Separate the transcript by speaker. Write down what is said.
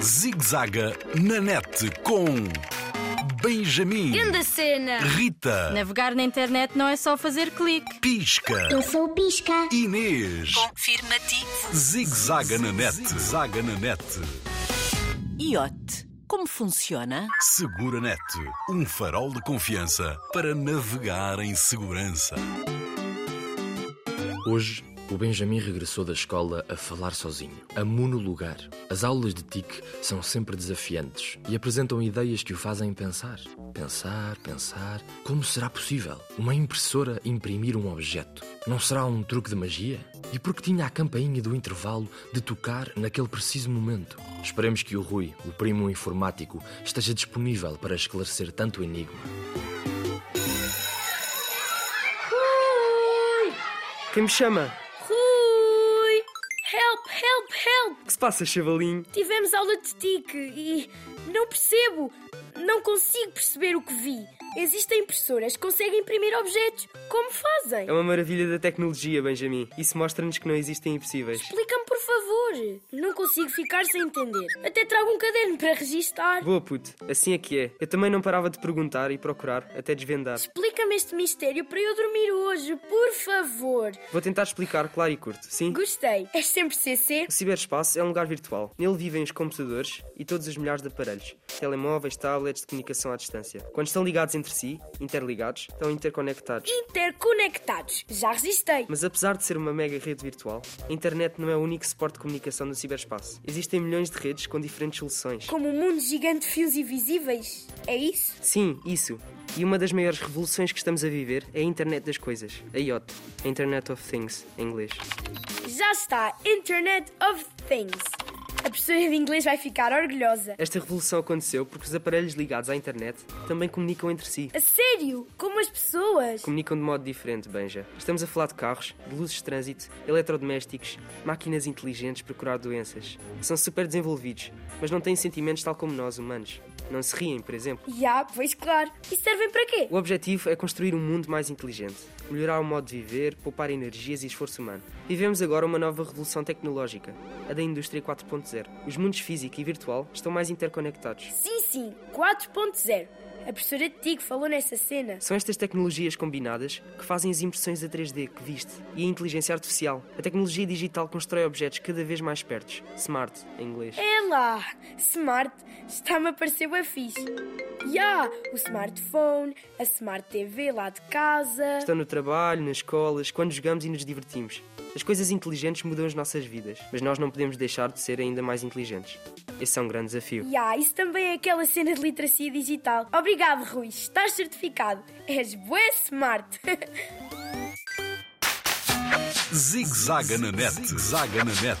Speaker 1: Zigzaga na net com Benjamin,
Speaker 2: Grande cena!
Speaker 1: Rita,
Speaker 3: Navegar na internet não é só fazer clique.
Speaker 1: Pisca,
Speaker 4: Eu sou o Pisca.
Speaker 1: Inês.
Speaker 5: Confirmativo.
Speaker 1: Zigzaga na net, zaga na net.
Speaker 5: IOT. Como funciona?
Speaker 1: Segura net, um farol de confiança para navegar em segurança.
Speaker 6: Hoje, o Benjamin regressou da escola a falar sozinho, a monologar. As aulas de TIC são sempre desafiantes e apresentam ideias que o fazem pensar. Pensar, pensar. Como será possível uma impressora imprimir um objeto? Não será um truque de magia? E porque tinha a campainha do intervalo de tocar naquele preciso momento? Esperemos que o Rui, o primo informático, esteja disponível para esclarecer tanto enigma.
Speaker 7: Quem me chama?
Speaker 2: Rui! Help, help, help!
Speaker 7: O que se passa, chavalinho?
Speaker 2: Tivemos aula de TIC e não percebo, não consigo perceber o que vi. Existem impressoras que conseguem imprimir objetos. Como fazem?
Speaker 7: É uma maravilha da tecnologia, Benjamin. Isso mostra-nos que não existem impossíveis.
Speaker 2: Explica-me, por favor. Não consigo ficar sem entender. Até trago um caderno para registar.
Speaker 7: Boa, puto. Assim é que é. Eu também não parava de perguntar e procurar até desvendar.
Speaker 2: Explica-me este mistério para eu dormir hoje, por favor.
Speaker 7: Vou tentar explicar claro e curto, sim?
Speaker 2: Gostei. És sempre CC?
Speaker 7: O ciberespaço é um lugar virtual. Nele vivem os computadores e todos os milhares de aparelhos, telemóveis, tablets de comunicação à distância. Quando estão ligados entre si, interligados, estão interconectados.
Speaker 2: Interconectados. Já resistei.
Speaker 7: Mas apesar de ser uma mega rede virtual, a internet não é o único suporte de comunicação no ciberespaço. Existem milhões de redes com diferentes soluções.
Speaker 2: Como um mundo gigante de fios invisíveis. É isso?
Speaker 7: Sim, isso. E uma das maiores revoluções que estamos a viver é a Internet das Coisas, a IoT, a Internet of Things, em inglês.
Speaker 2: Já está Internet of Things. A professora de inglês vai ficar orgulhosa.
Speaker 7: Esta revolução aconteceu porque os aparelhos ligados à internet também comunicam entre si.
Speaker 2: A sério? Como as pessoas?
Speaker 7: Comunicam de modo diferente, Benja. Estamos a falar de carros, de luzes de trânsito, eletrodomésticos, máquinas inteligentes para curar doenças. São super desenvolvidos, mas não têm sentimentos tal como nós, humanos. Não se riem, por exemplo.
Speaker 2: Já, pois claro. E servem para quê?
Speaker 7: O objetivo é construir um mundo mais inteligente, melhorar o modo de viver, poupar energias e esforço humano. Vivemos agora uma nova revolução tecnológica, a da indústria 4.0. Os mundos físico e virtual estão mais interconectados.
Speaker 2: Sim, sim, 4.0. A professora de Tigo falou nessa cena.
Speaker 7: São estas tecnologias combinadas que fazem as impressões a 3D que viste e a inteligência artificial. A tecnologia digital constrói objetos cada vez mais pertos, smart em inglês.
Speaker 2: É lá! Smart está-me a parecer bem fixe. Já, o smartphone, a smart TV lá de casa.
Speaker 7: Estão no trabalho, nas escolas, quando jogamos e nos divertimos. As coisas inteligentes mudam as nossas vidas, mas nós não podemos deixar de ser ainda mais inteligentes. Esse é um grande desafio.
Speaker 2: Ya, isso também é aquela cena de literacia digital. Obrigado, Rui, estás certificado. És bué smart.
Speaker 1: Zigzaga na net, zaga na net.